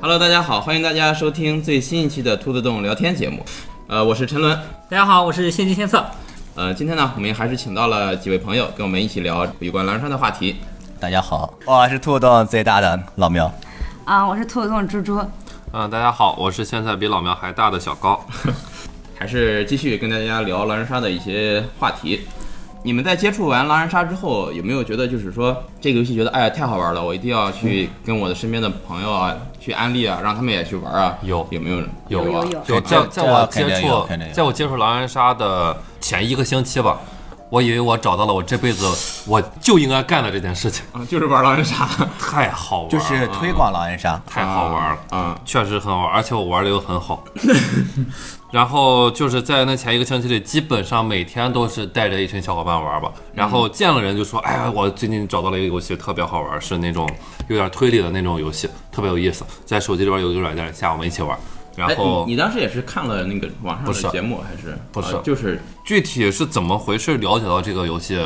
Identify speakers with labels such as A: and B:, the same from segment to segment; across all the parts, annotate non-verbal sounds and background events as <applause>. A: Hello，大家好，欢迎大家收听最新一期的兔子洞聊天节目。呃，我是陈伦。
B: 大家好，我是先进先策。
A: 呃，今天呢，我们还是请到了几位朋友，跟我们一起聊有关狼人杀的话题。
C: 大家好，我是兔洞最大的老苗。
D: 啊，我是兔子洞猪猪。
E: 啊、大家好，我是现在比老苗还大的小高。
A: 还是继续跟大家聊狼人杀的一些话题。你们在接触完狼人杀之后，有没有觉得就是说这个游戏觉得哎呀太好玩了，我一定要去跟我的身边的朋友啊去安利啊，让他们也去玩啊？
E: 有
A: 有没有？
E: 有
D: 有
A: 啊
D: 有
E: 就
C: 对
E: 在
C: 这
E: 在
C: 这
E: 我
C: 肯定
E: 接
C: 有
E: 触
C: 肯定有
E: 在我接触狼人杀的前一个星期吧，我以为我找到了我这辈子我就应该干的这件事情，
A: 啊，就是玩狼人杀，
E: 太好玩了，
C: 就是推广狼人杀，
E: 太好玩了，
A: 啊
E: 确实很好玩，而且我玩的又
A: <laughs>
E: 很好。然后就是在那前一个星期里，基本上每天都是带着一群小伙伴玩吧，然后见了人就说：“哎呀，我最近找到了一个游戏，特别好玩，是那种有点推理的那种游戏，特别有意思，在手机里边有一个软件，下我们一起玩。”然
A: 哎，
E: 后
A: 你你当时也是看了那个网上
E: 不是
A: 的节目还是
E: 不是
A: 啊就是
E: 具体是怎么回事了解到这个游戏，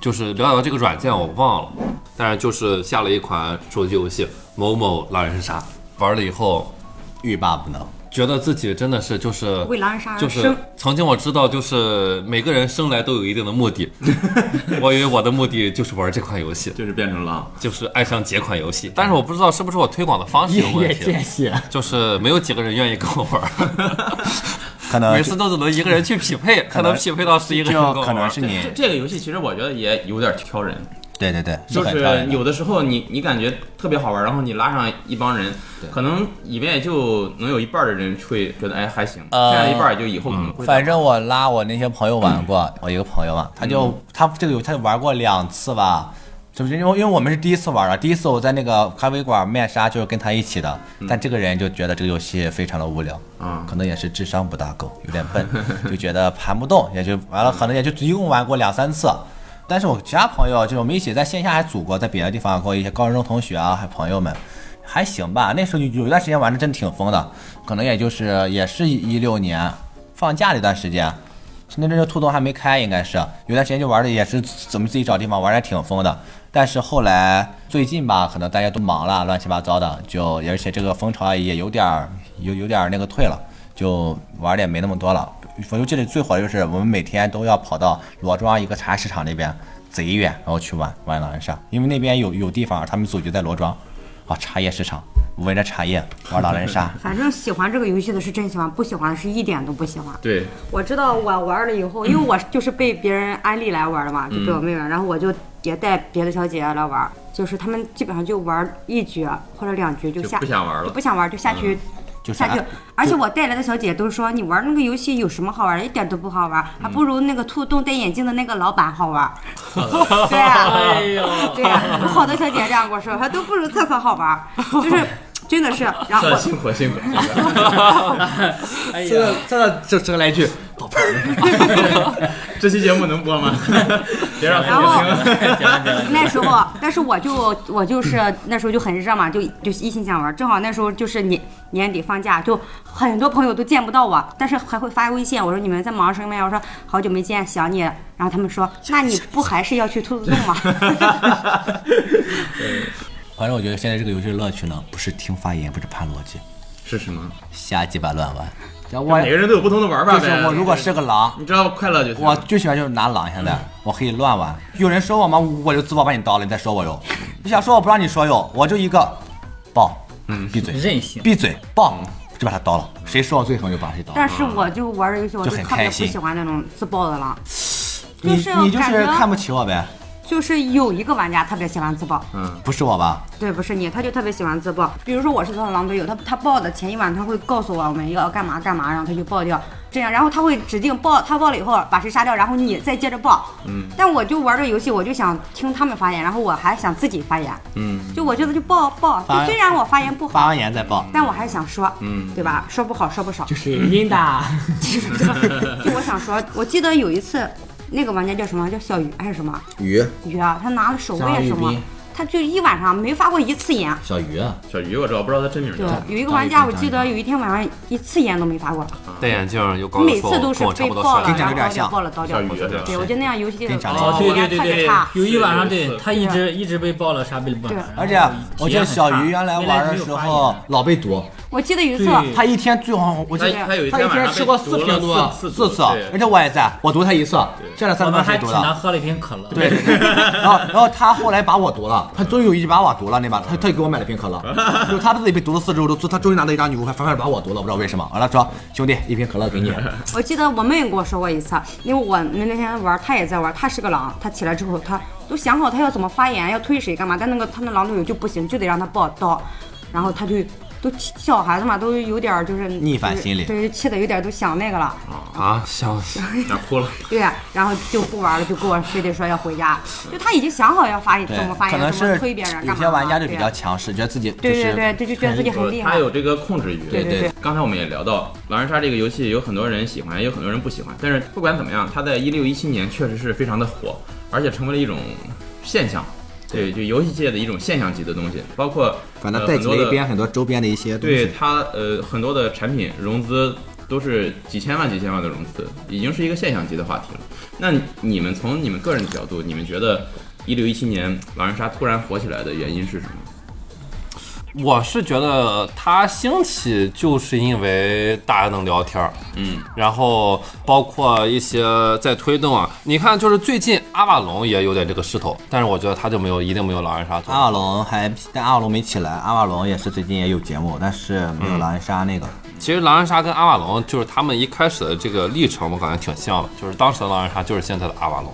E: 就是了解到这个软件我忘了，但是就是下了一款手机游戏《某某狼人杀》，玩了以后
C: 欲罢不能。
E: 觉得自己真的是就是
D: 为狼人杀而
E: 就是
D: 生
E: 曾经我知道，就是每个人生来都有一定的目
D: <laughs>
E: 的，我以为我的目的就是玩这款游戏，
A: 就是变成狼。
E: 就是爱上这款游戏，但是我不知道是不是我推广的方式有问题，
B: 戏，
E: 就是没有几个人愿意跟我玩，
C: <laughs> 可能
E: 每次都只能一个人去匹配，可能匹配到十一个人啊跟
C: 就
E: 我
C: 可能
E: 玩
C: 是。你，
A: 这个游戏其实我觉得也有点挑人，
C: 对对对，
A: 就
C: 很
A: 是
C: 漂亮的
A: 有的时候你你感觉特别好玩，然后你拉上一帮人，可能里面也就能有一半的人会觉得哎还行，剩
C: 呃
A: 下一半也就以后可能会。
C: 反正我拉我那些朋友玩过，我一个朋友嘛，他就、他这个游戏他就玩过两次吧，就是因为因为我们是第一次玩啊，第一次我在那个咖啡馆面杀就是跟他一起的，但这个人就觉得这个游戏非常的无聊，
A: 啊
C: 可能也是智商不大够，有点笨， <laughs> 就觉得盘不动，也就完了，可能也就一共玩过两三次。但是我其他朋友，就是我们一起在线下还组过，在别的地方过一些高中同学啊，还有朋友们，还行吧。那时候有一段时间玩的真挺疯的，可能也就是也是一六年放假那段时间，那阵就兔洞还没开，应该是有段时间就玩的也是怎么自己找地方玩的挺疯的。但是后来最近吧，可能大家都忙了，乱七八糟的，就而且这个风潮也有点儿有有点儿那个退了，就玩的也没那么多了。我就记得最火的就是我们每天都要跑到罗庄一个茶市场那边贼远，然后去玩玩狼人杀，因为那边有有地方他们组局在罗庄啊茶叶市场，闻着茶叶玩狼人杀，
D: 反正喜欢这个游戏的是真喜欢，不喜欢的是一点都不喜欢。
A: 对，
D: 我知道我玩了以后，
A: 嗯
D: 因为我就是被别人安利来玩的嘛，就被我妹妹，然后我就也带别的小姐姐来玩，就是她们基本上就玩一局或者两局就
A: 就
D: 下
A: 不想嗯玩
D: 就
A: 了
D: 不。想玩就下去。
C: 就是
D: 下去，而且我带来的小姐姐都说，你玩那个游戏有什么好玩的？一点都不好玩，还不如那个兔洞戴眼镜的那个老板好 <laughs> 玩。对啊，对啊，有好多小姐姐这样跟我说，还都不如厕所好玩， <laughs> 就是真的是。然后
A: 算
D: 我
A: 了辛苦了
C: <laughs>
A: 辛苦了，辛苦了
B: 哎呀，这这这来一句，
A: <laughs> 这期节目能播
C: <laughs>
A: 吗？别让父
D: 然后
A: 母听。
D: 那时候，但是嗯我就我就是那时候就很热嘛，就就一心想玩。正好那时候就是年年底放假，就很多朋友都见不到我，但是还会发微信，我说你们在忙什么呀？我说好久没见，想你了。然后他们说，那你不还是要去兔子洞吗？
C: 反正我觉得现在这个游戏的乐趣呢，不是听发言，不是判逻辑，
A: <laughs> 是什么？
C: 瞎鸡巴乱玩。然后我
A: 每个人都有不同的玩法
C: 就是
A: 呗。
C: 我，如果是个狼，
A: 你知道快乐就行。
C: 我最喜欢就是拿狼。现在我可以乱玩，有人说我吗？我就自爆把你刀了，你再说我哟。你想说我不让你说哟，我就一个爆，
A: 嗯
C: 闭嘴，
B: 任性
C: 闭嘴，爆，就把他刀了。谁说我最狠就把谁刀了。
D: 但是我就玩这游戏，我
C: 哦就很
D: 特别
C: 开
D: 不
C: 心
D: 喜欢那种自爆的狼，
C: 你
D: 就是
C: 你就
D: 感
C: 是
D: 觉
C: 看不起我呗，
D: 就是有一个玩家特别喜欢自爆，
A: 嗯，
C: 不是我吧？
D: 对，不是你，他就特别喜欢自爆。比如说我是他的狼队友，他他爆的前一晚他会告诉我我们要干嘛干嘛，然后他就爆掉，这样，然后他会指定爆，他爆了以后把谁杀掉，然后你再接着爆。嗯。但我就玩这游戏，我就想听他们发言，然后我还想自己发言。嗯。就我觉得就爆爆，
C: 发
D: 就虽然我发言不
C: 发
D: 好，
C: 完言再爆。
D: 但我还是想说，嗯，对吧？说不好，说不少。
B: 就是晕的。
D: <laughs> 就我想说，我记得有一次，那个玩家叫什么？叫小鱼还是什么
C: 鱼
D: 鱼啊？他拿了守卫
B: 张玉
D: 什么
B: 斌？
D: 他就一晚上没发过一次言。
C: 小鱼啊，
A: 小鱼我知道，不知道他真名
D: 对
A: 叫啥。，
D: 有一个玩家，我记得有一天晚上一次言都没发过，
E: 戴眼镜又高
D: 每
E: 又瘦，
D: 次都是
E: 跟我差
D: 被
E: 不多
D: 爆
E: 帅
D: 了，
C: 跟你长得有点
D: 然后
C: 像
D: 爆了刀掉
A: 小。鱼
E: 我知道
D: 对，我觉得那样游戏
C: 跟
D: 的
C: 你长得
D: 哦
B: 对对
D: 体
B: 对
D: 验特别
B: 对
D: 差，。
B: 有一晚上
A: 对
B: 对他一直一直被爆了，啥被爆了。
D: 对
C: 而且啊
B: 然后
A: 哦
C: 我记得小鱼原来玩的时候老被毒，
D: 我记得有一次
B: 对
C: 他一天最好我记
A: 他
C: 得
A: 他有一
C: 他一
A: 晚
C: 天
A: 上
C: 吃过四瓶
A: 毒
C: 多
A: 了四
C: 四次啊
A: 对，
C: 而且我也在，我毒他一次，啊这两
B: 我
C: 三
B: 们
C: 把
B: 还
C: 谁毒
B: 请他
C: 了？
B: 喝了一瓶可乐。
C: 对，对
A: <laughs>
C: 对然后然后他后来把我毒了，他终于有一把我毒了那把，他特意给我买了瓶可乐，就他自己被毒了四周，他终于拿到一张女巫牌，反反把我毒了，不知道为什么。完了说兄弟，一瓶可乐给你，
D: 我记得我妹给我说过一次，因为我们那天玩，她也在玩，她是个狼，她起来之后，她都想好她要怎么发言，要推谁干嘛，但那个她那狼队友就不行，就得让她爆刀，然后她就都气小孩子嘛，都有点儿就是
C: 逆反心理
D: 对，气的有点儿都想那个了，
E: 啊，笑死！
A: 哪哭了？
D: 对，然后就不玩了，就跟我非得说要回家，就她已经想好要发言
C: 对
D: 怎么发，
C: 可
D: 言，
C: 能
D: 怎么
C: 是
D: 推别人，
C: 有
D: 干
C: 些
D: 嘛
C: 玩家
D: 对啊
C: 就比较强势，觉得自己就
D: 对对
C: 是
D: 对，对就觉得自己很厉害
A: 他，有这个控制欲。
D: 对
C: 对
D: 对，
A: 刚才我们也聊到《狼人杀》这个游戏，有很多人喜欢，也有很多人不喜欢。但是不管怎么样，它在一六一七年确实是非常的火，而且成为了一种现象。对，就游戏界的一种现象级的东西，包括
C: 反正
A: 呃
C: 带
A: 很
C: 起
A: 多
C: 了
A: 的
C: 一边很多周边的一些东
A: 对
C: 西。
A: 它呃很多的产品融资都是几千万、几千万的融资，已经是一个现象级的话题了。那你们从你们个人的角度，你们觉得一六一七年狼人杀突然火起来的原因是什么？
E: 我是觉得它兴起就是因为大家能聊天儿，
A: 嗯，
E: 然后包括一些在推动啊。你看，就是最近阿瓦隆也有点这个势头，但是我觉得它就没有一定没有狼人杀多。
C: 阿瓦隆还，但阿瓦隆没起来。阿瓦隆也是最近也有节目，但是没有狼人杀那个。
E: 其实狼人杀跟阿瓦隆就是他们一开始的这个历程，我感觉挺像的，就是当时的狼人杀就是现在的阿瓦隆，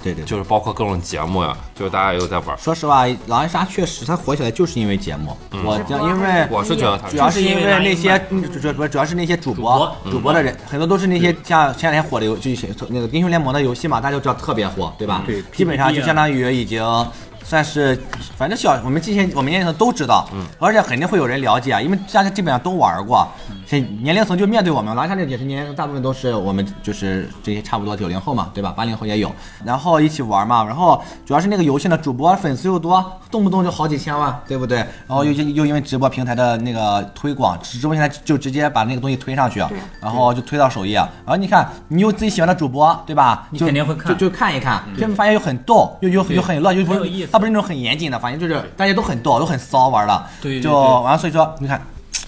C: 对对对，
E: 就是包括各种节目呀、就是大家也有在玩儿。
C: 说实话，狼人杀确实它火起来就是因为节目。我
D: 嗯
C: 因为
E: 我是觉得它
C: 主
E: 是
C: 要是因为那些
B: 就是因
C: 主主主主要是那些主播嗯主播的人，很多都是那些像前两天火的游就是那个英雄联盟的游戏嘛，大家都知道特别火，对吧？
B: 对
C: 基本上就相当于已经。算是，反正小我们之前我们年龄层都知道，嗯，而且肯定会有人了解啊，因为大家基本上都玩过，这年龄层就面对我们，狼人杀这个也是年龄层，大部分都是我们就是这些差不多九零后嘛，对吧？八零后也有，然后一起玩嘛，然后主要是那个游戏呢，主播粉丝又多，动不动就好几千万，对不对？然后又
B: 嗯
C: 又因为直播平台的那个推广，直播现在就直接把那个东西推上去，啊然后就推到首页，啊然后你看你有自己喜欢的主播，对吧？
B: 你
C: 就
B: 肯定会看
C: 就就看一看，这发现又很逗，又又又很乐，又不
B: 嗯很有
C: 是
B: 意思
C: 它不是那种很严谨的，反正就是大家都很逗，都很骚玩的，
B: 对对
C: 就
B: 对
C: 完了，所以说你看。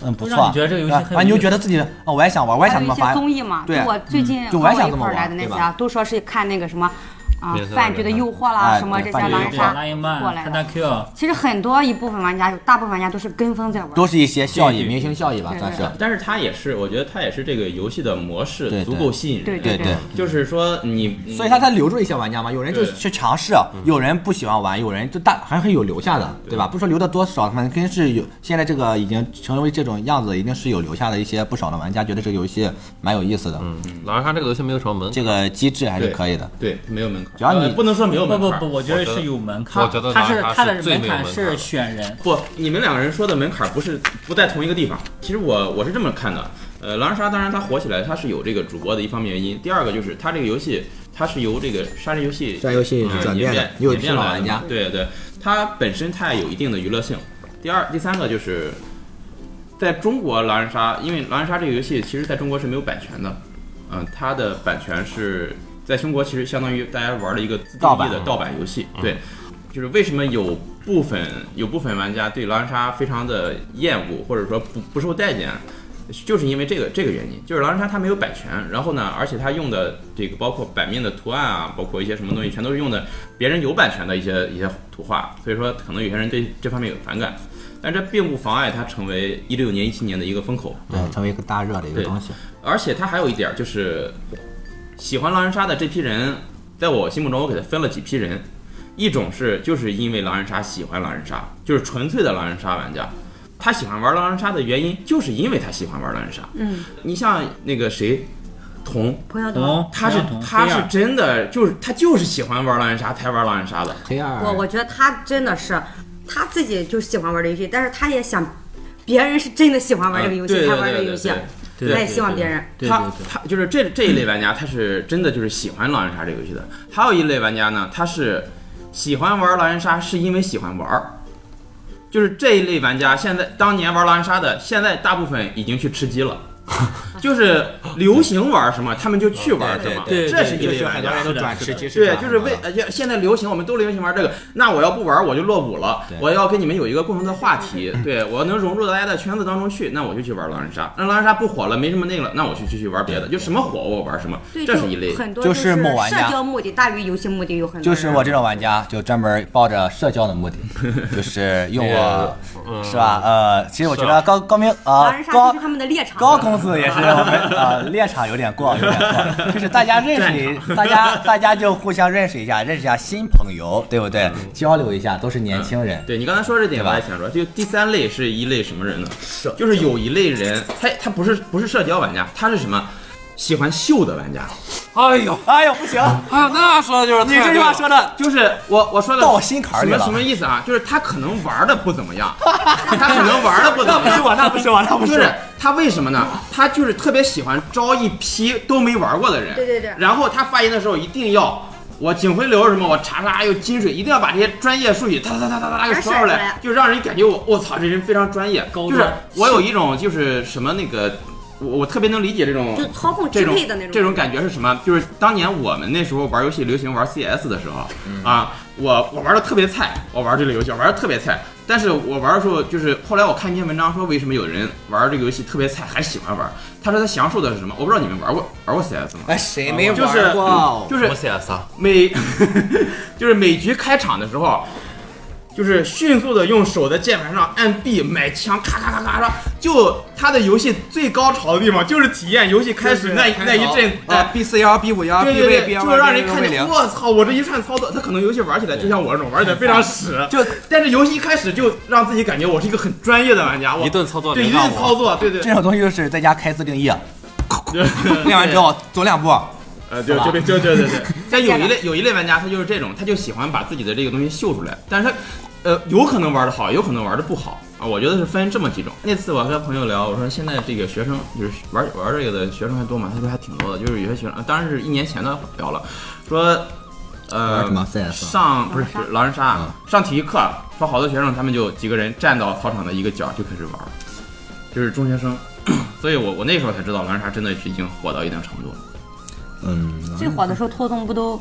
C: 嗯，不
B: 会
C: 错。
B: 让你觉得这个游戏
C: 对吧
B: 很有
C: 完，你就
B: 意思
C: 觉得自己，哦，我也想玩，我也
D: 还
C: 想这
D: 有
C: 么
D: 一
C: 发。
D: 些综艺嘛，
C: 对嗯
D: 就我最近
C: 就
D: 和
C: 我
D: 我
C: 也想
D: 一
C: 这么
D: 块儿来的
C: 玩
D: 那
C: 对
D: 些
C: 吧
D: 啊，都说是看那个什么啊
E: 变色
D: 饭局的诱惑啦，
C: 哎
D: 什么
C: 对
D: 这些
C: 饭局的
D: 狼人
C: 诱惑
D: 杀
B: 拉英
D: 过
B: 曼、
D: 来
B: 看大
D: 的。
B: Q，
D: 其实很多一部分玩家，大部分玩家都是跟风在玩。
C: 都是一些效益，
B: 对对
C: 明星效益吧，
D: 对
C: 算是
D: 对。
A: 但是它也是，我觉得它也是这个游戏的模式
C: 对
A: 足
C: 对
A: 够吸引人。
D: 对嗯
C: 对
D: 对
C: 对，
A: 就是说你，
C: 所以他才留住一些玩家嘛。有人就
A: 对
C: 去尝试，
B: 嗯
C: 有人不喜欢玩，有人就大还是有留下的，对吧？不说留的多少，反正肯定是有。现在这个已经成为这种样子，一定是有留下的一些不少的玩家觉得这个游戏蛮有意思的，
B: 嗯
E: 狼人杀这个游戏没有什么门槛，
C: 这个机制还是可以的。
A: 对没有门槛，
C: 只要你
A: 呃不能说没有
B: 不
A: 门
B: 不
A: 槛，
B: 不，我觉得是有门槛。
E: 我觉得
B: 他是
E: 他是
B: 他的
E: 最
B: 门
E: 没有门
B: 槛
E: 槛
B: 是选人，
A: 不，你们两个人说的门槛不是不在同一个地方。其实我我是这么看的，呃，狼人杀当然它火起来，它是有这个主播的一方面原因，第二个就是它这个游戏它是由这个杀人游戏
C: 这游戏
A: 嗯
C: 转
A: 演
C: 变的
A: 变，
C: 又有
A: 演
C: 批
A: 变
C: 老
A: 来
C: 玩
A: 的
C: 家，
A: 对对，它本身它也有一定的娱乐性。第二、第三个就是，在中国狼人杀，因为狼人杀这个游戏其实在中国是没有版权的，嗯、它的版权是在中国其实相当于大家玩了一个自定
C: 盗
A: 义
C: 版
A: 的盗版嗯游戏，对，就是为什么有部分有部分玩家对狼人杀非常的厌恶，或者说不不受待见，就是因为这个这个原因，就是狼人杀它没有版权，然后呢，而且它用的这个包括版面的图案啊，包括一些什么东西，全都是用的别人有版权的一些一些图画，所以说可能有些人对这方面有反感，但这并不妨碍它成为一六年一七年的一个风口。
C: 对，成为一个大热的一个
A: 对
C: 东西。
A: 而且他还有一点儿就是，喜欢狼人杀的这批人，在我心目中，我给他分了几批人，一种是就是因为狼人杀喜欢狼人杀，就是纯粹的狼人杀玩家。他喜欢玩狼人杀的原因，就是因为他喜欢玩狼人杀。
D: 嗯，
A: 你像那个谁，童，
D: 朋友懂。
B: 同
A: 他是
B: 同
A: 他
B: 黑
A: 是
B: 二
A: 真的就是他就是喜欢玩狼人杀才玩狼人杀的。
C: 黑二
D: 我我觉得他真的是他自己就喜欢玩这游戏，但是他也想别人是真的喜欢玩这个游
A: 嗯对
D: 戏才
A: 对
D: 玩这
A: 对
D: 个
A: 对
D: 游戏啊
A: 对，对
D: 他也希望
A: 对
D: 别人。
B: 对
A: 他
B: 对对
A: 他就是这这一类玩家，他是真的就是喜欢狼人杀这个游戏的。还有一类玩家呢，他是喜欢玩狼人杀是因为喜欢玩儿，就是这一类玩家，现在当年玩狼人杀的，现在大部分已经去吃鸡
B: <laughs>
A: 了。就是流行玩什么，他们就去玩什么，
B: 对对对
A: 这是一
C: 就
A: 类
C: 是
A: 玩
C: 很
A: 家
C: 多。人都转吃鸡，
A: 对，就是
C: 嗯
A: 为呃，就现在流行，我们都流行玩这个。那我要不玩，我就落伍了
C: 对。
A: 我要跟你们有一个共同的话题，对我能融入到大家的圈子当中去，那我就去玩狼人杀。那狼人杀不火了，没什么那个了，那我去继续玩别的，就什么火我玩什么，
D: 对，
A: 这是一类。
D: 很多
C: 就
D: 就是
C: 是某玩家
D: 社交目的大于游戏目的有很多
C: 就
D: 人。
C: 是我这种玩家，就专门抱着社交的目 <laughs> 的，就是用我，是吧？呃，其实我觉得高高明啊
D: 狼人，杀
C: 高
D: 就是他们的猎场。
C: 高公子也是我们 <laughs> 呃猎场有点过，有点过，就是大家认识一，大家大家就互相认识一下，认识一下新朋友，对不对？交流一下，都是年轻人。
A: 对你刚才说这点，
C: 对
A: 我
C: 吧
A: 也想说，就第三类是一类什么人呢？就是有一类人，他他不是不是社交玩家，他是什么？喜欢秀的玩家，
E: 哎呦，
C: 哎呦，不行，
E: 哎呦，那说的就是
C: 你这句话说的
A: 就是我我说的
C: 到心坎儿里
A: 什么
C: 了
A: 什么意思啊？就是他可能玩的不怎么样，他可能玩的不怎么样，
C: 我， <laughs> 那不是我，那不
A: 就是他为什么呢？他就是特别喜欢招一批都没玩过的人，
D: 对对对
A: 然后他发言的时候一定要。我警徽流是什么，我查查又金水，一定要把这些专业术语哒哒哒哒哒哒给说出
D: 甩出
A: 来
D: 来，
A: 就让人感觉我我操，这人非常专业。
B: 高
A: 就是
B: 端
A: 我有一种就是什么那个，我我特别能理解这种
D: 就操控
A: 这
D: 支
A: 种
D: 配的那种
A: 这种感觉是什么？就是当年我们那时候玩游戏流行玩 CS 的时候、啊，我我玩的特别菜，我玩这个游戏我玩的特别菜。但是我玩的时候，就是后来我看一篇文章说，为什么有人玩这个游戏特别菜还喜欢玩？他说他享受的是什么？我不知道你们玩过玩过 CS 吗？
C: 哎，谁没
A: 就
C: 玩
A: 是
C: 过？
A: 就是
E: CS 啊？
A: 每 <laughs> 就是每局开场的时候，就是迅速的用手的键盘上按 B 买枪，咔咔咔咔咔，就他的游戏最高潮的地方就是体验游戏开始那一那一阵，哎
B: 啊，B 四幺、B 五幺、
A: 对
B: B
A: 对
B: 位、B
A: 对，
B: 幺，
A: 就
C: 啊
A: 让人看见，
B: 零，
A: 我操！我这一串操作，他可能游戏玩起来就像我这种玩起来非常屎，
B: 就
A: 但是游戏一开始就让自己感觉我是一个很专业的玩家，我
E: 一顿操作
A: 对
E: 能
A: 一
E: 让
A: 顿
E: 我
A: 操作，对对，
C: 这种东西就是在家开自定义，啊
A: 对
C: <laughs> 练完之后走两步，啊
A: 呃，对，就对，对，对，对，对。但有一类有一类玩家，他就是这种，他就喜欢把自己的这个东西秀出来，但是他，呃，有可能玩的好，有可能玩的不好啊。我觉得是分这么几种。那次我和朋友聊，我说现在这个学生就是玩玩这个的学生还多吗？他说还挺多的，就是有些学生，呃当然是一年前的聊了，说，
C: 玩
A: 呃
C: 什么，CS 嗯
A: 上不是
D: 狼人杀
A: 狼人杀，上体育课，说好多学生他们就几个人站到操场的一个角就开始玩，就是中学生。 <coughs> 所以我我那时候才知道狼人杀真的是已经火到一定程度了。
C: 嗯，
D: 最火的时候，拖动不都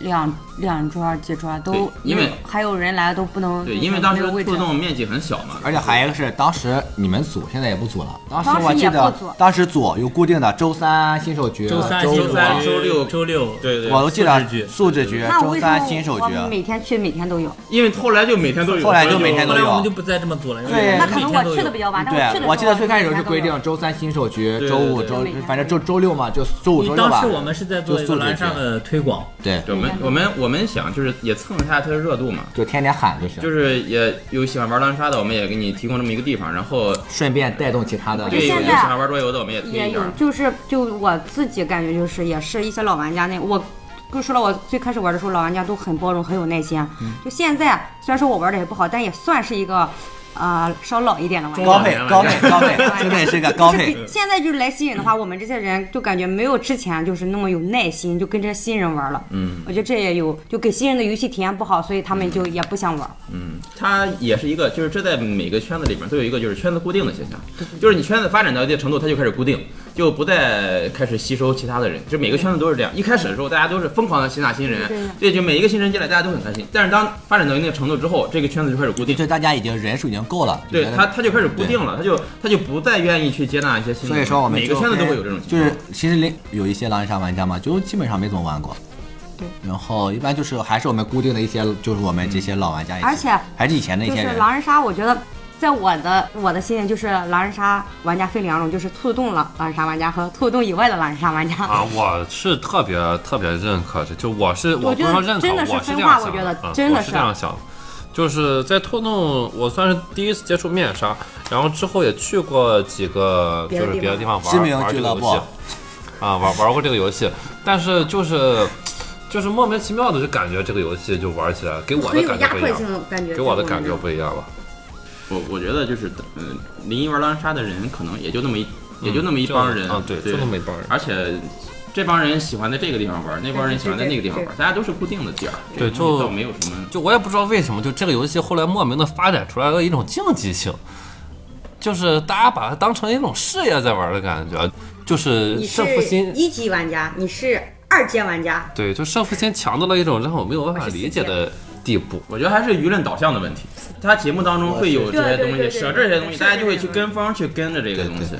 D: 两两桌几桌
A: 对
D: 都，
A: 因为
D: 还有人来都不能
A: 对，因为当时
D: 没有位置
A: 互动面积很小嘛，
C: 而且还有一个是，当时你们组现在也不组了，当时
D: 当时
C: 我记
D: 也不
C: 得
D: 组
C: 当时组有固定的周三新手局，啊
B: 周三、
A: 周三周
B: 周
A: 六
B: 周六，
A: 对对
C: 我都记
B: 素质
C: 得
B: 局
C: 素质局、
D: 那我
C: 啊周
D: 为什
C: 三
D: 么
C: 新手
D: 我
C: 局，啊
D: 每天去每天都有？
A: 因为后来就每天都有，
C: 后来就每天都
B: 后
C: 有
B: 来我们就不再这么做了，因
C: 对
B: 为
D: 那可能
B: 每天
D: 我
B: 都有
D: 去的比较晚，但我去的
C: 对，啊我记得最
D: 时候
C: 开始是规
D: 每天
C: 定周三新手局，
A: 对
C: 周五
A: 对
C: 周
D: 对对
C: 反正周周六嘛，就周五周
B: 你
C: 六
B: 当
C: 吧
B: 时。我们是在做一
C: 就
B: 个
C: 素质
B: 蓝上的推广，
C: 对，
A: 对我们我们我们想就是也蹭一下它的热度嘛，
C: 就天天喊就行，
A: 就是也有喜欢玩狼人杀的，我们也给你提供这么一个地方，然后
C: 顺便带动其他的。
A: 对
D: 现
A: 有
D: 在
A: 喜欢玩桌游的，我们也推
D: 也
A: 一
D: 有
A: 下，。
D: 就是就我自己感觉就是也是一些老玩家那我。就说了，我最开始玩的时候，老玩家都很包容，很有耐心。啊
C: 嗯
D: 就现在，啊虽然说我玩的也不好，但也算是一个，呃，稍老一点的玩家。
C: 高配高配高
D: <laughs>
C: 配，真的是个高
D: 就是
C: 配
D: 比。现在就是来新人的话，我们这些人就感觉没有之前就是那么有耐心，就跟这些新人玩了。嗯，我觉得这也有，就给新人的游戏体验不好，所以他
E: 嗯
D: 们就也不想玩。
A: 它也是一个，就是这在每个圈子里面都有一个就是圈子固定的现象，就是你圈子发展到一定程度，它就开始固定，就不再开始吸收其他的人。就每个圈子都是这样，一开始的时候大家都是疯狂的吸纳新人
D: 对对，
A: 对，就每一个新人进来大家都很开心。但是当发展到一定程度之后，这个圈子就开始固定，
C: 就大家已经人数已经够了，
A: 对
C: 就觉得
A: 他，他就开始固定了，他就他就不再愿意去接纳一些新人。
C: 所以说我们
A: 每个
C: 就
A: 圈子都
C: 跟
A: 会有这种情况，
C: 就是其实连有一些狼人杀玩家嘛，就基本上没怎么玩过。
D: 对。
C: 然后一般就是还是我们固定的一些，就是我们这些老玩家一起，
D: 而且
C: 还是以前的一
D: 就
C: 些
D: 是
C: 人。
D: 狼人杀，我觉得在我的我的心里，就是狼人杀玩家分两种，就是兔洞狼狼人杀玩家和兔洞以外的狼人杀玩家。
E: 啊，我是特别特别认可这，就我是
D: 我
E: 不
D: 觉
E: 是
D: 得
E: 说认可，
D: 真的是
E: 我是
D: 分
E: 这样
D: 化
E: 想
D: 我觉得
E: 嗯
D: 真的
E: 我是
D: 是
E: 这样想的。就是在拖动，我算是第一次接触面纱，然后之后也去过几个
D: 别
E: 就
D: 的
E: 是
D: 地
E: 别的
D: 方
E: 地方玩
C: 知名
E: 玩
C: 俱
E: 这个
C: 乐
E: 游
C: 部
E: 戏， <laughs> 啊，玩玩过这个游戏，但是就是就是莫名其妙的就感觉这个游戏就玩起来给我的感觉不一样，
D: 的感觉
E: 给我的感觉不一样了。
A: 我我觉得就是，嗯，临沂玩狼人杀的人可能也就那么一，也就那么一
E: 这
A: 帮人
E: 啊，对，就那么一帮人。
A: 而且这帮人喜欢在这个地方玩，那帮人喜欢在那个地方玩，大家都是固定的点儿，
E: 对
A: 这个东西
E: 就
A: 倒没有什么。
E: 就我也不知道为什么，就这个游戏后来莫名的发展出来了一种竞技性，就是大家把它当成一种事业在玩的感觉，就是
D: 你
E: 胜
D: 是
E: 负心。
D: 一级玩家，你是二阶玩家，
E: 对，就胜负心强到了一种让我没有办法理解的地步。
A: 我觉得还是舆论导向的问题，他节目当中会有这些东
D: 对对
A: 西，
D: 对对
A: 舍这些东西，
D: 舍
A: 大家
D: 这些
A: 就会去跟风去跟着这个东西。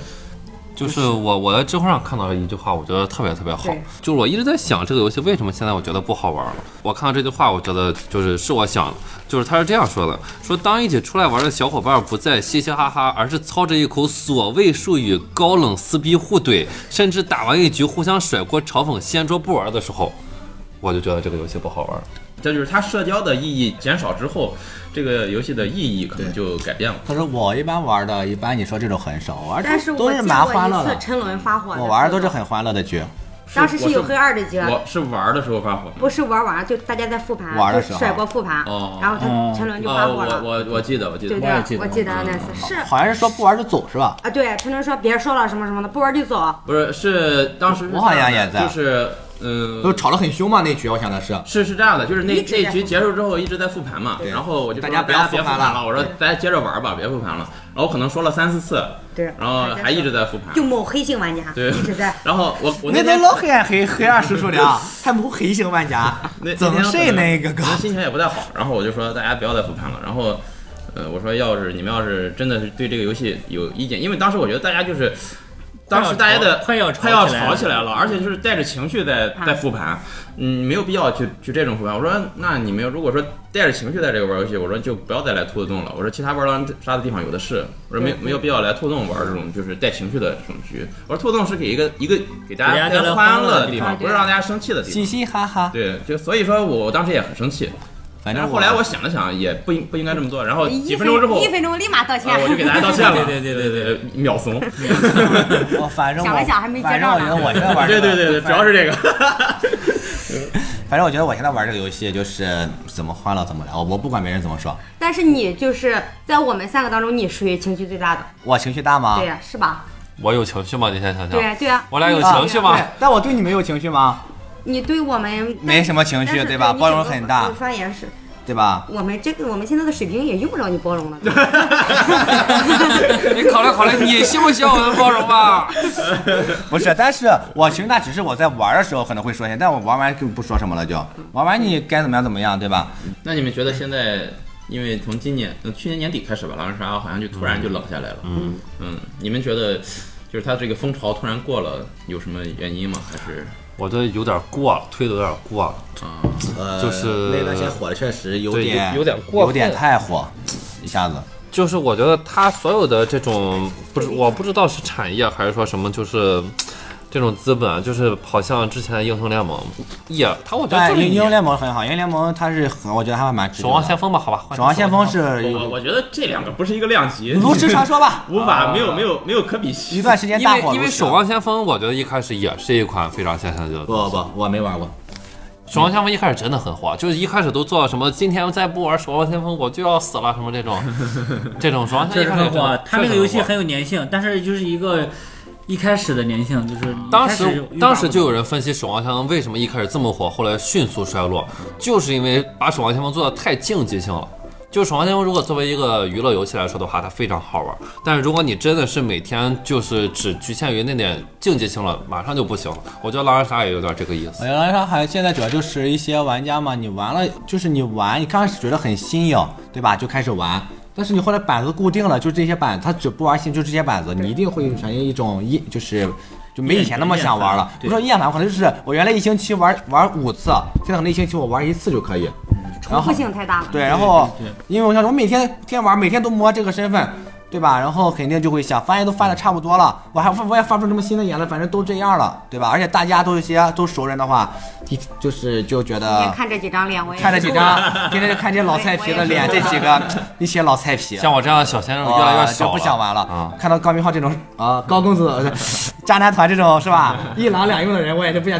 E: 就是我我在知乎上看到一句话，我觉得特别特别好
D: 对，
E: 就是我一直在想这个游戏为什么现在我觉得不好玩了。我看到这句话，我觉得就是是我想的，就是他是这样说的：说当一起出来玩的小伙伴不再嘻嘻哈哈，而是操着一口所谓术语高冷撕逼互怼，甚至打完一局互相甩锅嘲讽掀桌不玩的时候，我就觉得这个游戏不好玩。
A: 这就是它社交的意义减少之后，这个游戏的意义可能就改变了。
C: 他说我一般玩的，一般你说这种很少，我玩的
D: 但是
C: 都
D: 我
C: 是
D: 见
C: 蛮
D: 过
C: 欢乐
D: 一次
C: 的，
D: 沉沦发火，
C: 我玩的都是，很欢乐的剧。
D: 当时是有黑二的阶段。
A: 我是玩的时候发火。
D: 不是玩完就大家在复盘，
C: 玩的
D: 就
C: 时候
D: 甩锅复盘，
A: 哦
D: 然后他沉沦就
A: 啊，
D: 发火
A: 我
D: 了，
A: 我我记得，我记得嗯
D: 对不，对？啊
B: 我也
D: 我
B: 记得
D: 记得那次是
C: 好像是说不玩就走是吧？
D: 啊，对，沉沦说别说了什么什么的，不玩就走，
A: 不是是当时是
C: 我好像
A: 这样的
C: 也在
A: 就是嗯，
C: 都吵得很凶嘛那局，我想的是。
A: 是是这样的，就是那
D: 一直在
A: 那局结束之后一直在复盘嘛，然后我就说
C: 大家不要
A: 别
C: 复
A: 复
C: 盘了
A: 了，我说大家接着玩吧，别复盘了。然后我可能说了三四次，
D: 对，
A: 然后还一直在复盘
D: 就。某黑性玩家
A: 对
D: 一直在，
A: 然后我我
C: 那
A: 天
C: 都老黑暗黑黑二叔叔
A: <laughs>
C: 了，还没黑星玩家
A: 那，
C: 怎么睡那个
A: 可
C: 哥？
A: 能心情也不太好。然后我就说大家不要再复盘了。然后，呃，我说要是你们要是真的是对这个游戏有意见，因为当时我觉得大家就是，当时大家的
B: 快要吵
A: 快要
B: 快要
A: 吵
B: 吵
A: 起
B: 起
A: 来
B: 来
A: 了，
B: 了
A: 而且就是带着情绪在
D: 盘
A: 在复盘，嗯，没有必要去去这种复盘。我说那你们如果说带着情绪在这个玩游戏，我说就不要再来兔子洞了。我说其他玩狼人杀的地方有的是，我说没有没有必要来兔子洞玩这种就是带情绪的这种局。我说兔子洞是给一个一个给大
B: 给
A: 家
B: 大家
A: 带
B: 欢
A: 欢
B: 乐
A: 乐
B: 的
A: 的
B: 地
A: 地
B: 方
A: 方，不是让大家生气的地方
C: 嘻。嘻哈哈，
A: 对，就所以说我当时也很生气，但
C: 反正
A: 是后来我想了想，也不应不应该这么做。然后
D: 一
A: <laughs> 几分钟之后，
D: 哎一分钟立马道歉，
A: 啊我就给大家道歉了。
B: <laughs> 对对对
A: 对对，秒怂。
C: 我哦反正我
D: 想了想还没接
C: 反正我
D: 着
C: 觉得我现在
D: 呢
C: 玩
A: 对
C: 这个
A: 对对对，主要是这个。
C: 反正我觉得我现在玩这个游戏就是怎么欢乐怎么来，我我不管别人怎么说，
D: <laughs> 但是你就是在我们三个当中，你属于情绪最大的，
C: 我情绪大吗
D: 对？呀，是吧？
E: 我有情绪吗？你先想想，
D: 对对啊，
E: 我俩有
D: 你
E: 情绪吗
C: 对但我对你们有情绪吗？
D: 你对我们
C: 没什么情绪
D: 但是
C: 对吧
D: 你
C: 包容
D: 整个
C: 很大
D: 我发言是
C: 对吧？
D: 我们这个我们现在的水平也用不着你包容了。
C: <laughs>
E: 你考虑考虑，你信不信我的包容吧？ <laughs>
C: 不是，但是我情绪大只是我在玩的时候可能会说一些，但我玩完就不说什么了就，玩完你该怎么样怎么样，对吧？
A: 那你们觉得现在，因为从今年、呃去年年底开始吧，狼人杀好像就突然就冷下来了。嗯嗯，你们觉得？就是它这个风潮突然过了，有什么原因吗？还是
E: 我觉得有点过了，推的有点过了。
A: 啊、
C: 呃
E: 就是
C: 那段时间火的确实有
E: 对
C: 点
E: 有有点过分
C: 有点太火，一下子。
E: 就是我觉得他所有的这种不是我不知道是产业还是说什么，就是这种资本，啊就是好像之前的英雄联盟也，他我觉得
C: 但
E: 就是
C: 哎英
E: 你
C: 英雄联盟很好，英雄联盟它是很，我觉得它还蛮值得
E: 守
C: 的。
E: 望先锋吧，好吧，换
C: 守望先锋是
A: 我我觉得这两个不是一个量 <laughs> 级，
C: 炉石传说吧，
A: 无法没有没有没有可比
C: <laughs> 一
A: 性。
C: 段时间
E: 因
C: 大火
E: 为因
C: 炉
E: 为
C: 石
E: 守望先锋，我觉得一开始也是一款非常现象级的。
C: 不不不，我没玩过。
E: 守望先锋一开始真的很火，就是一开始都做什么，今天再不玩守望先锋我就要死了什么这
C: <laughs>
E: 种，这种守望
B: 确
E: 先锋
B: 实
E: 一开
B: 很
E: 始真的
B: 火。他那个游戏
E: 确实火
B: 很有粘性，但是就是一个一开始的粘性，就是你
E: 当
B: 一开
E: 时
B: 始遇到
E: 当时就有人分析《守望先锋》为什么一开始这么火，后来迅速衰落，就是因为把《守望先锋》做的太竞技性了。就《守望先锋》如果作为一个娱乐游戏来说的话，它非常好玩。但是如果你真的是每天就是只局限于那点竞技性了，马上就不行了。我觉得狼人杀也有点这个意
C: 我
E: 思。
C: 觉得狼人杀哎还现在主要就是一些玩家嘛，你玩了就是你玩，你刚开始觉得很新颖，对吧？就开始玩，但是你后来板子固定了，就这些板，他只不玩新，就这些板子，你一定会产生一种厌，就是就没以前那么想玩了。不
B: 厌
C: 说厌烦，可能就是我原来一星期玩玩五次，现在可能一星期我玩一次就可以。
D: 嗯重复性太大了。
C: 对，然后
B: 对对
C: 因为我想说，我每天天天玩，每天都摸这个身份，对吧？然后肯定就会想，发言都发的差不多了，我还我也发不出什么新的言论，反正都这样了，对吧？而且大家都一些都熟人的话，一就是就觉
D: 今天
C: 得
D: 看这几张脸，我也
C: 啊看这几张， <laughs> 天天就看这些老菜皮的脸，这几个一些老菜皮。
E: 像我这样的小鲜肉
C: 我
E: 越来越少了，
C: 就不想玩了。
E: 啊
C: 看到高明浩这种啊、高公子、 <laughs> 渣男团这种是
E: 啊
C: 吧？一狼两用的人，我也是不想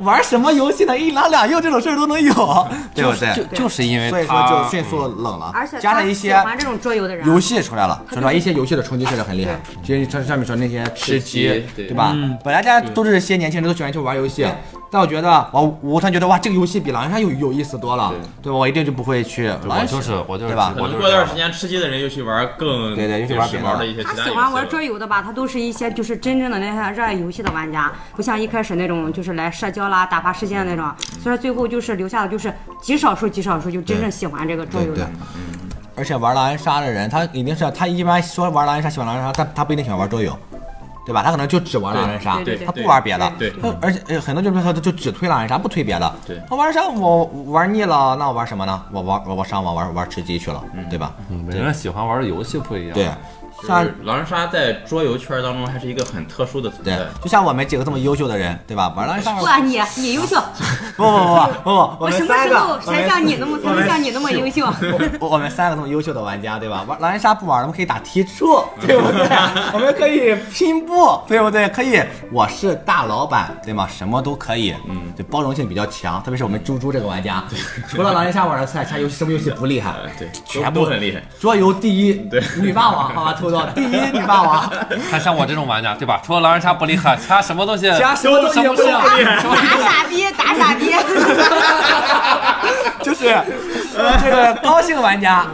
C: 玩什么游戏呢？一狼两用这种事儿都能有，对不对？
E: 就就是因为
C: 所以说
E: 哎他
C: 就迅速冷了，
D: 而且
C: 加
D: 他
C: 上一些
D: 喜欢这种桌游的人，
C: 游戏出来了，
D: 他
C: 说实话，一些游戏的冲击确实很厉害，就像上面说那些吃
A: 吃
C: 鸡
A: 鸡，对
C: 吧？本来大家都是些年轻人都喜欢去玩游戏，但我觉得我我突然觉得哇，这个游戏比狼人杀有有意思多了
A: 对，
C: 对吧？我一定就不会去狼
E: 我
C: 人杀
E: 就是我就是
C: 对吧
A: 可
E: 我
A: 能
E: 就是
A: 过
E: 这
A: 段
E: 样
A: 时间吃鸡的人又去玩更
C: 对对又去
A: 更
C: 玩
A: 时
C: 别的
A: 髦
C: 了
A: 的一些其
D: 他
A: 他
D: 喜
A: 游戏
D: 欢玩
A: 了
D: 桌游的吧，他都是一些就是真正的那些热爱游戏的玩家，不像一开始那种就是来社交啦、打发时间的那种。所以最后就是留下的就是极少数、极少数就真正喜欢这个桌游
C: 对
D: 的
C: 对。
A: 嗯
C: 而且玩狼人杀的人，他一定是他一般说玩狼人杀喜欢狼人杀，但他不一定喜欢玩桌游，对吧？他可能就只玩狼人杀，
D: 对对对
C: 他不玩别的。
A: 对
C: 他而且呃很多就是他就只推狼人杀，不推别的。
A: 对
C: 他玩狼人杀我我玩腻了，那我玩什么呢？我玩我我上网玩玩吃鸡去了，
A: 嗯
C: 对吧？
E: 人家喜欢玩的游戏不一样。
C: 对，
A: 就
C: 像
A: 是狼人杀在桌游圈当中还是一个很特殊的存
C: 对
A: 在。，
C: 就像我们几个这么优秀的人，对吧？玩
A: <laughs>
C: 狼人杀
D: 哇，你你优秀，
C: 不不不不不，
D: 我
C: 们
D: 什么
C: 三
D: 时
C: 个
D: 候才像你那么才能像你那么优秀？ <laughs>
C: 我我们三个这么优秀的玩家，对吧？玩狼人杀不玩，我们可以打踢处，对不对？我们可以拼布，对不对？可以，我是大老板，对吗？什么都可以，嗯，对，包容性比较强。特别是我们猪猪这个玩家， <laughs> 除了狼人杀玩的菜，其他游戏什么游戏不厉害？
A: 呃对
C: 全
A: 都
C: 部
A: 都很厉害。
C: 桌游第一，
A: <laughs> 对
C: 女霸王，好吧，兔兔第一女
A: <laughs>
C: 霸王，
E: 还像我这种玩家，对吧？除了狼人杀不厉害，其他什么东西，
C: 其他什么都
E: 什
C: 赢
E: 么
C: 不
E: 都
C: 了。
D: 打傻逼，打傻逼。
C: <laughs> 就是呃这个高兴玩家，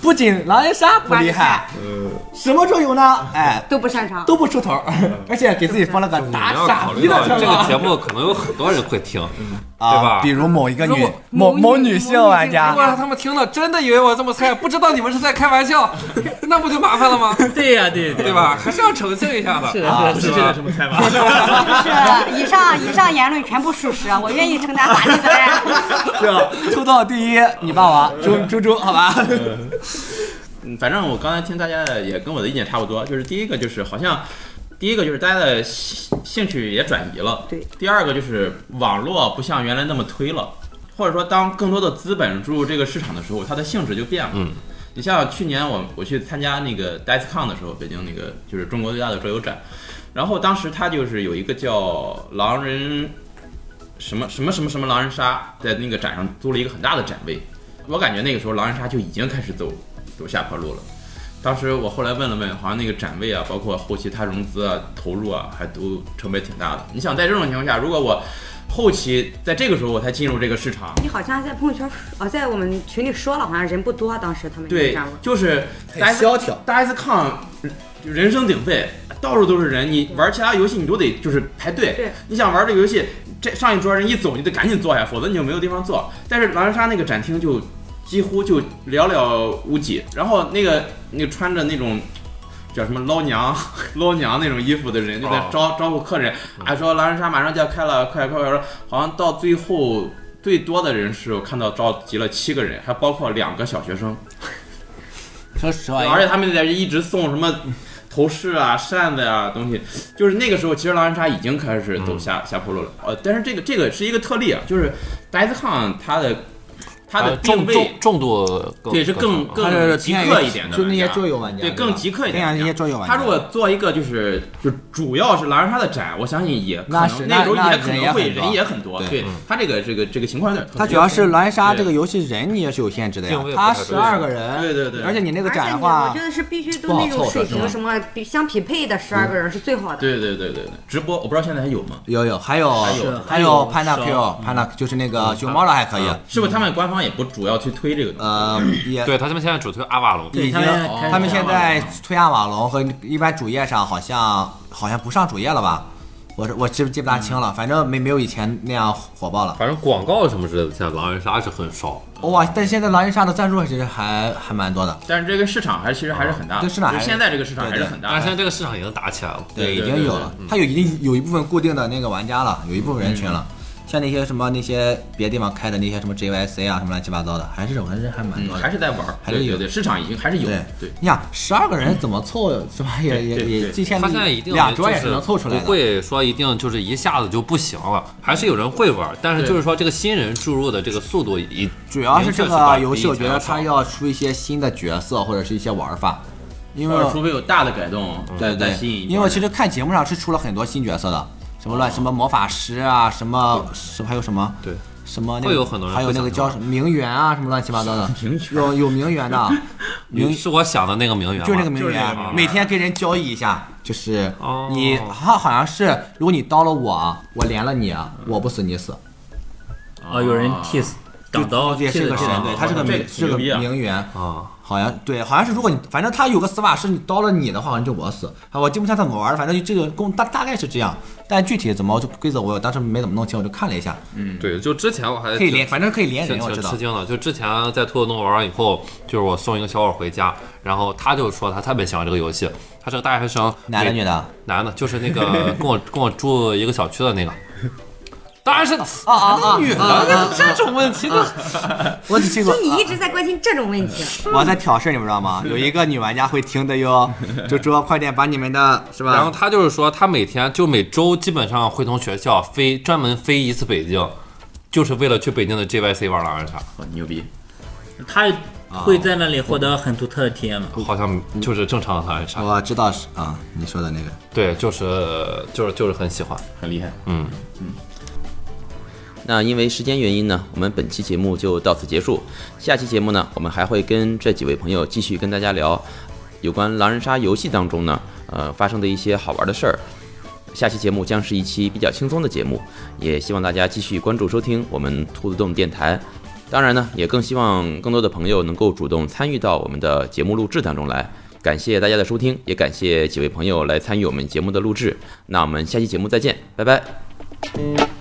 C: 不仅狼人杀不厉害，
A: 嗯
C: 什么桌游呢？哎，
D: 都不擅长，
C: 都不出头儿，而且给自己封了个打
E: 嗯你要
C: 傻
E: 考
C: 逼
E: 虑
C: 的
E: 到
C: 称
E: 这个
B: 啊
C: 号
E: 节目可能有很多人会听，对
C: 啊，
E: 吧
C: 比如某一个
B: 如
C: 女
B: 果
C: 某
B: 某
C: 某
B: 一
C: 女
B: 某
C: 性玩
B: 如果
C: 家， <laughs>
B: 让他们听了，真的以为我这么菜，不知道你们是在开玩笑，那不就麻烦了吗？
A: 对呀，对对
B: 对？吧？还是要澄清一下的。
A: 啊，不是真的这么猜吧？
D: 就是以上以上言论全部属实，我愿意承担法律责任。
C: 是吧？出道第一，你霸
E: 嗯
C: 王猪猪猪，好吧？
A: 嗯反正我刚才听大家的也跟我的意见差不多，就是第一个就是好像。第一个就是大家的兴兴趣也转移了，
D: 对。
A: 第二个就是网络不像原来那么推了，或者说当更多的资本注入这个市场的时候，它的性质就变了。
E: 嗯，
A: 你像去年我我去参加那个 DiceCon 的时候，北京那个就是中国最大的桌游展，然后当时它就是有一个叫狼人什么什么什么什么狼人杀，在那个展上租了一个很大的展位，我感觉那个时候狼人杀就已经开始走走下坡路了。当时我后来问了问，好像那个展位啊，包括后期它融资啊、投入啊，还都成本挺大的。你想在这种情况下，如果我后期在这个时候我才进入这个市场，
D: 你好像在朋友圈啊，在我们群里说了，好像人不多，当时他们
A: 对
D: 站过，。
A: 就是
C: 太萧条
A: 大 S 抗人声鼎沸，到处都是人。你玩其他游戏，你都得就是排队。
D: 对
A: 你想玩这个游戏，这上一桌人一走，你得赶紧坐下，否则你就没有地方坐。但是狼人杀那个展厅就几乎就寥寥无几，然后那个那个穿着那种。叫什么捞娘 <laughs> 捞娘那种衣服的人就在
E: 哦
A: 招、招呼客人，
C: 嗯
A: 还说狼人杀马上就要开了，快快快！说好像到最后最多的人是我看到召集了七个人，还包括两个小学生。
C: 说实
A: 对而且他们在这一直送什么头饰啊、扇子啊东西，就是那个时候，其实狼人杀已经开始
E: 嗯
A: 走下、下坡路了。呃，但是这个这个是一个特例啊，就是 DiceCon 它的它的定
E: 呃重
A: 位
E: 重重度更
A: 对是更
E: 少
C: 他
A: 更极客一点的玩家，
C: 就那些桌游玩家，
A: 对更极客一点
C: 偏
A: 的玩
C: 向那
A: 家
C: 些桌游玩家。
A: 他如果做一个就是就主要是狼人杀的展，我相信也可
C: 那是
A: 能时候
C: 那那
A: 也可能会
C: 人也很多
A: 人也很多。
E: 嗯
C: 对
A: 对他这个这个这个情况有点特殊。
C: 它主要是狼人杀这个游戏人你也是有限制的呀
E: 定位，不
C: 它
E: 太
C: 十
E: 对
C: 二个人，
A: 对对对
C: 而且你那个
D: 而且
C: 展的
D: 你
C: 话
D: 我觉，得是必须都
C: 不好
D: 那种
C: 凑
D: 水
C: 合是吧
D: 平什么比相匹配的十二个人是最好的。
A: 对对对对对，直播我不知道现在还有吗？
C: 有有还有
A: 还有
C: 还有 Panda Q Panda 就是那个
E: 嗯
C: 熊猫的还可以，
A: 是不是他们官方也不主要去推这个东西？
E: 嗯
C: 呃也
E: 啊对他们现在主推阿瓦隆，
C: 已经哦
A: 他们开始
C: 他
A: 上
C: 们现
B: 哦
A: 网
C: 在推亚瓦龙和一般主页上好像好像不上主页了吧？我是我记不记不大清
A: 嗯
C: 了，反正没没有以前那样火爆了。
E: 反正广告什么之类的，现在狼人杀是很少。
C: 哇！但是现在狼人杀的赞助其实还还蛮多的，
A: 但是这个市场还其实还是很大的，
C: 这哦市场还
A: 就是是现在这个市场还是很
E: 但
A: 大
E: 是
A: 的。
E: 现在这个市场已经打起来了，
A: 对
C: 已
A: 对
C: 经
A: 对
C: 有
A: 对嗯
C: 了，它有一定有一部分固定的那个玩家了，有一部分人群了。像那些什么那些别地方开的那些什么 JYC 啊什么乱七八糟的，还是我还是还蛮
A: 嗯
C: 多的。
A: 还是在玩儿，
C: 还是
A: 对
C: 有
A: 对对，市场已经还是有，
C: 对
A: 对，
C: 你想十二个人怎么凑是吧？也也
A: 对对
C: 也，
A: 对
C: 极限
E: 他现在一定
C: 两桌
E: 就
C: 也
E: 是
C: 能凑出来的。
E: 不会说一定就是一下子就不行了，还是有人会玩，但是
A: 对
E: 就是说这个新人注入的这个速度一
C: 主要是这
E: 明确是吧
C: 个游戏，我觉得它
E: 比以前
C: 要出一些新的角色或者是一些玩法，因为
A: 或者除非有大的改动，
C: 对
A: 再
C: 对
A: 吸引一波人。
C: 因为其实看节目上是出了很多新角色的，什么乱什么魔法师啊，什么什么还有什么
E: 对
C: 什么那个
E: 会有很多人
C: 还有那个
E: 会想
C: 叫什么名媛啊，什么乱七八糟的，有有名媛的，名
E: 是我想的那个名媛吗，
C: 就是那个名
F: 就是那
C: 媛
F: 个名媛，
C: 每天跟人交易一下，就是
E: 哦
C: 你他好像是，如果你刀了我，我连了你，我不死你死，
B: 啊，有人替死挡刀，
C: 哦这也
B: 替
C: 是
B: 死
C: 个神，对，他是个
F: 这个
C: 名是个
F: 牛逼啊
C: 名媛，
E: 啊，
C: 好像对，好像是如果你反正他有个死法是你刀了你的话，好像就我死，啊，我记不清他怎么玩的，反正就这个嗯公大大概是这样，但具体怎么就规则我当时没怎么弄清，我就看了一下，
E: 对，就之前我还
C: 可以连，反正可以连
E: 挺
C: 人，我知
E: 挺
C: 道
E: 吃。惊的。就之前在兔子洞玩完以后，就是我送一个小伙回家，然后他就说他特别喜欢这个游戏，他是个大学生，
C: 男的
E: 每
C: 女的？啊
E: 男的，就是那个跟
C: <laughs>
E: 我跟我住一个小区的那个，当然是
C: 啊啊啊！
E: 哎女的，
C: 啊啊
E: 那这种问题呢？
C: 我只听过
D: 就。你一直在关心这种问题，
C: 啊我在挑事儿，你们知道吗？有一个女玩家会听的哟，就说 <laughs> 快点把你们的是吧？
E: 然后他就是说，他每天就每周基本上会从学校飞专门飞一次北京，就是为了去北京的 JYC 玩狼人杀，
F: 很牛逼。
B: 他
C: 啊
B: 会在那里获得很独特的体验
C: 嗯
B: 吗？
E: 好像就是正常的狼人杀。
C: 我知道是啊，你说的那个
E: 对，就是就是就是很喜欢。
F: 很厉害。
E: 嗯
A: 那因为时间原因呢，我们本期节目就到此结束。下期节目呢，我们还会跟这几位朋友继续跟大家聊有关狼人杀游戏当中呢，呃发生的一些好玩的事儿。下期节目将是一期比较轻松的节目，也希望大家继续关注收听我们兔子洞电台。当然呢，也更希望更多的朋友能够主动参与到我们的节目录制当中来。感谢大家的收听，也感谢几位朋友来参与我们节目的录制。那我们下期节目再见，拜拜。